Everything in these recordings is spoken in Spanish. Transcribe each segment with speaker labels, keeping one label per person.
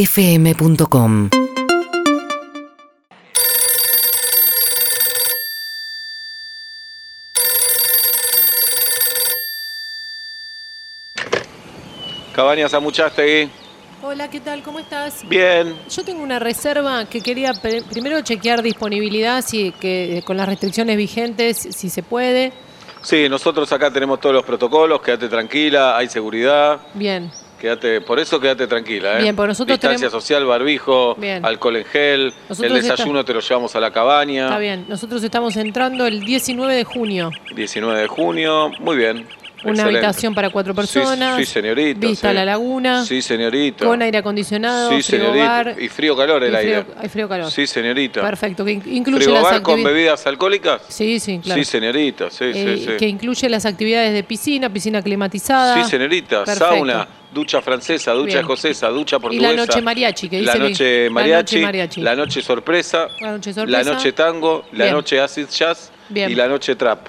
Speaker 1: urbanaplayfm.com
Speaker 2: Cabañas Amuchastegui.
Speaker 3: Hola, ¿qué tal? ¿Cómo estás?
Speaker 2: Bien.
Speaker 3: Yo tengo una reserva que quería pe- primero chequear disponibilidad, si que eh, con las restricciones vigentes, si se puede.
Speaker 2: Sí, nosotros acá tenemos todos los protocolos, quédate tranquila, hay seguridad.
Speaker 3: Bien,
Speaker 2: Quédate, por eso quédate tranquila, ¿eh?
Speaker 3: Bien, porque nosotros
Speaker 2: Distancia
Speaker 3: tenemos-
Speaker 2: social, barbijo,
Speaker 3: Bien.
Speaker 2: alcohol en gel,
Speaker 3: Nosotros
Speaker 2: el desayuno te lo llevamos a la cabaña.
Speaker 3: está bien. Nosotros estamos entrando el 19 de junio.
Speaker 2: 19 de junio, muy bien.
Speaker 3: Una
Speaker 2: excelente.
Speaker 3: habitación para cuatro
Speaker 2: Sí,
Speaker 3: personas.
Speaker 2: Sí, señorita.
Speaker 3: Vista a
Speaker 2: sí.
Speaker 3: la laguna.
Speaker 2: Sí, señorita.
Speaker 3: Con aire acondicionado,
Speaker 2: Sí,
Speaker 3: frigobar.
Speaker 2: señorita. Y frío calor el
Speaker 3: y frío-
Speaker 2: aire.
Speaker 3: Hay frío calor.
Speaker 2: Sí, señorita.
Speaker 3: Perfecto. Que in- incluye las
Speaker 2: ¿Frigobar con
Speaker 3: activi-
Speaker 2: bebidas alcohólicas?
Speaker 3: Sí, sí, claro.
Speaker 2: Sí, señorita. Sí,
Speaker 3: Eh,
Speaker 2: sí, sí.
Speaker 3: Que incluye las actividades de piscina, piscina climatizada.
Speaker 2: Sí, señorita,
Speaker 3: Perfecto.
Speaker 2: sauna, ducha francesa, ducha
Speaker 3: Bien.
Speaker 2: escocesa, ducha
Speaker 3: Y
Speaker 2: portuguesa.
Speaker 3: la noche mariachi, que dice
Speaker 2: la
Speaker 3: Luis.
Speaker 2: noche
Speaker 3: La
Speaker 2: mariachi,
Speaker 3: noche mariachi.
Speaker 2: la noche sorpresa,
Speaker 3: La noche sorpresa.
Speaker 2: la noche tango, la
Speaker 3: Bien.
Speaker 2: noche acid jazz
Speaker 3: Bien.
Speaker 2: y la noche trap.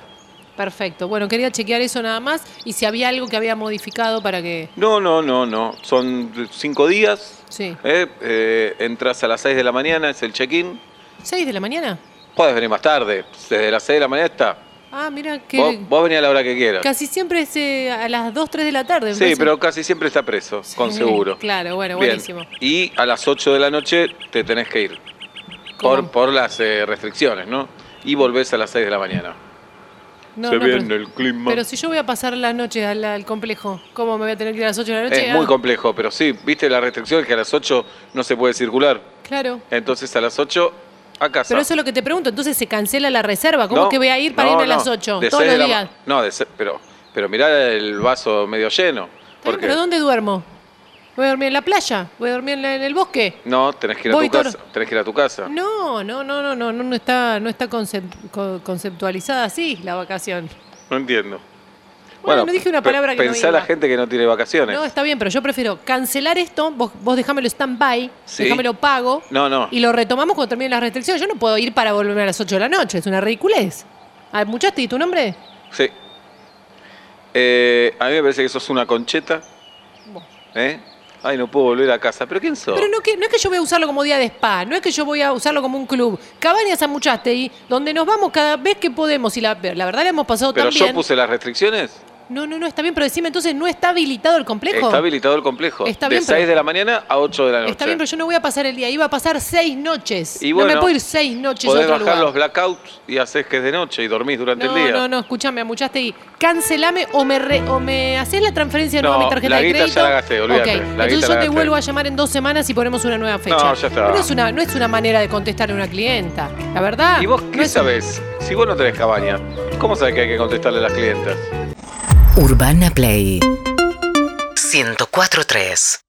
Speaker 3: Perfecto. Bueno, quería chequear eso nada más y si había algo que había modificado para que.
Speaker 2: No, no, no, no. Son cinco días.
Speaker 3: Sí.
Speaker 2: ¿eh? Eh, entras a las 6 de la mañana, es el check-in.
Speaker 3: ¿Seis de la mañana?
Speaker 2: Puedes venir más tarde. Desde las 6 de la mañana está.
Speaker 3: Ah, mira,
Speaker 2: Vos,
Speaker 3: que.
Speaker 2: vos venís a la hora que quieras.
Speaker 3: Casi siempre es eh, a las 2, 3 de la tarde. me
Speaker 2: Sí,
Speaker 3: parece.
Speaker 2: pero casi siempre está preso,
Speaker 3: Sí,
Speaker 2: con seguro.
Speaker 3: Claro, bueno,
Speaker 2: Bien.
Speaker 3: buenísimo.
Speaker 2: Y a las 8 de la noche te tenés que ir. Por,
Speaker 3: ¿Cómo?
Speaker 2: por las eh, restricciones, ¿no? Y volvés a las 6 de la mañana.
Speaker 3: No,
Speaker 2: Se
Speaker 3: no,
Speaker 2: viene
Speaker 3: pero,
Speaker 2: el clima.
Speaker 3: pero si yo voy a pasar la noche al, al complejo, ¿cómo me voy a tener que ir a las 8 de la noche?
Speaker 2: es
Speaker 3: Ah,
Speaker 2: muy complejo, pero sí, viste la restricción que a las 8 no se puede circular.
Speaker 3: Claro.
Speaker 2: Entonces a las 8 a casa.
Speaker 3: Pero eso es lo que te pregunto. Entonces se cancela la reserva. ¿Cómo
Speaker 2: No,
Speaker 3: es que voy a ir para
Speaker 2: no,
Speaker 3: ir a las
Speaker 2: no.
Speaker 3: 8?
Speaker 2: De
Speaker 3: Todos
Speaker 2: seis
Speaker 3: los
Speaker 2: de la
Speaker 3: días.
Speaker 2: ma- No, de se- pero, pero mirá el vaso medio lleno.
Speaker 3: Está bien,
Speaker 2: Porque
Speaker 3: ¿Pero dónde duermo? ¿Voy a dormir en la playa? ¿Voy a dormir en, la- en el bosque?
Speaker 2: no, tenés que ir a
Speaker 3: Voy
Speaker 2: tu casa.
Speaker 3: todo-
Speaker 2: Tenés que ir a tu casa.
Speaker 3: No, no, no, no, no, no, no está, no está concep- co- conceptualizada así la vacación.
Speaker 2: No entiendo.
Speaker 3: Bueno, no dije una
Speaker 2: pe-
Speaker 3: palabra que no
Speaker 2: Pensá
Speaker 3: iba.
Speaker 2: la gente que no tiene vacaciones.
Speaker 3: No, está bien, pero yo prefiero cancelar esto, vos, vos dejámelo stand-by,
Speaker 2: Sí.
Speaker 3: dejámelo pago.
Speaker 2: No, no.
Speaker 3: Y lo retomamos cuando terminen las restricciones. Yo no puedo ir para volver a las 8 de la noche, es una ridiculez. A ver, muchaste, ¿y tu nombre?
Speaker 2: Sí. Eh, a mí me parece que sos una concheta.
Speaker 3: Bueno.
Speaker 2: ¿Eh? Ay, no puedo volver a casa. ¿Pero quién sos?
Speaker 3: Pero no, que, no es que yo voy a usarlo como día de spa, no es que yo voy a usarlo como un club. Cabañas a Muchastey, donde nos vamos cada vez que podemos. Y la, la verdad la hemos pasado
Speaker 2: ¿Pero
Speaker 3: tan bien.
Speaker 2: yo puse las restricciones.
Speaker 3: No, no, no, está bien, pero decime entonces, ¿no está habilitado el complejo?
Speaker 2: Está habilitado el complejo.
Speaker 3: Está
Speaker 2: de
Speaker 3: bien,
Speaker 2: 6
Speaker 3: pero-
Speaker 2: de la mañana a 8 de la noche.
Speaker 3: Está bien, pero yo no voy a pasar el día, iba a pasar seis noches.
Speaker 2: Y
Speaker 3: no
Speaker 2: bueno,
Speaker 3: me puedo ir seis noches a
Speaker 2: Podés
Speaker 3: otro
Speaker 2: bajar
Speaker 3: lugar.
Speaker 2: los blackouts y haces que es de noche y dormís durante
Speaker 3: no,
Speaker 2: el día.
Speaker 3: no, no, escúchame, amuchaste y cancelame o me, re- o me haces la transferencia nueva a
Speaker 2: No,
Speaker 3: mi tarjeta
Speaker 2: la
Speaker 3: de
Speaker 2: guita
Speaker 3: crédito.
Speaker 2: ya la gasté, olvídate,
Speaker 3: Ok,
Speaker 2: la guita
Speaker 3: entonces
Speaker 2: la
Speaker 3: yo te
Speaker 2: gasté.
Speaker 3: vuelvo a llamar en dos semanas y ponemos una nueva fecha.
Speaker 2: No, ya está.
Speaker 3: Pero No es una, no es una manera de contestar a una clienta, la verdad.
Speaker 2: ¿Y vos
Speaker 3: no
Speaker 2: qué
Speaker 3: es-
Speaker 2: sabés? Si vos no tenés cabaña, ¿cómo sabés que hay que contestarle a las clientas?
Speaker 1: Urbana Play 104.3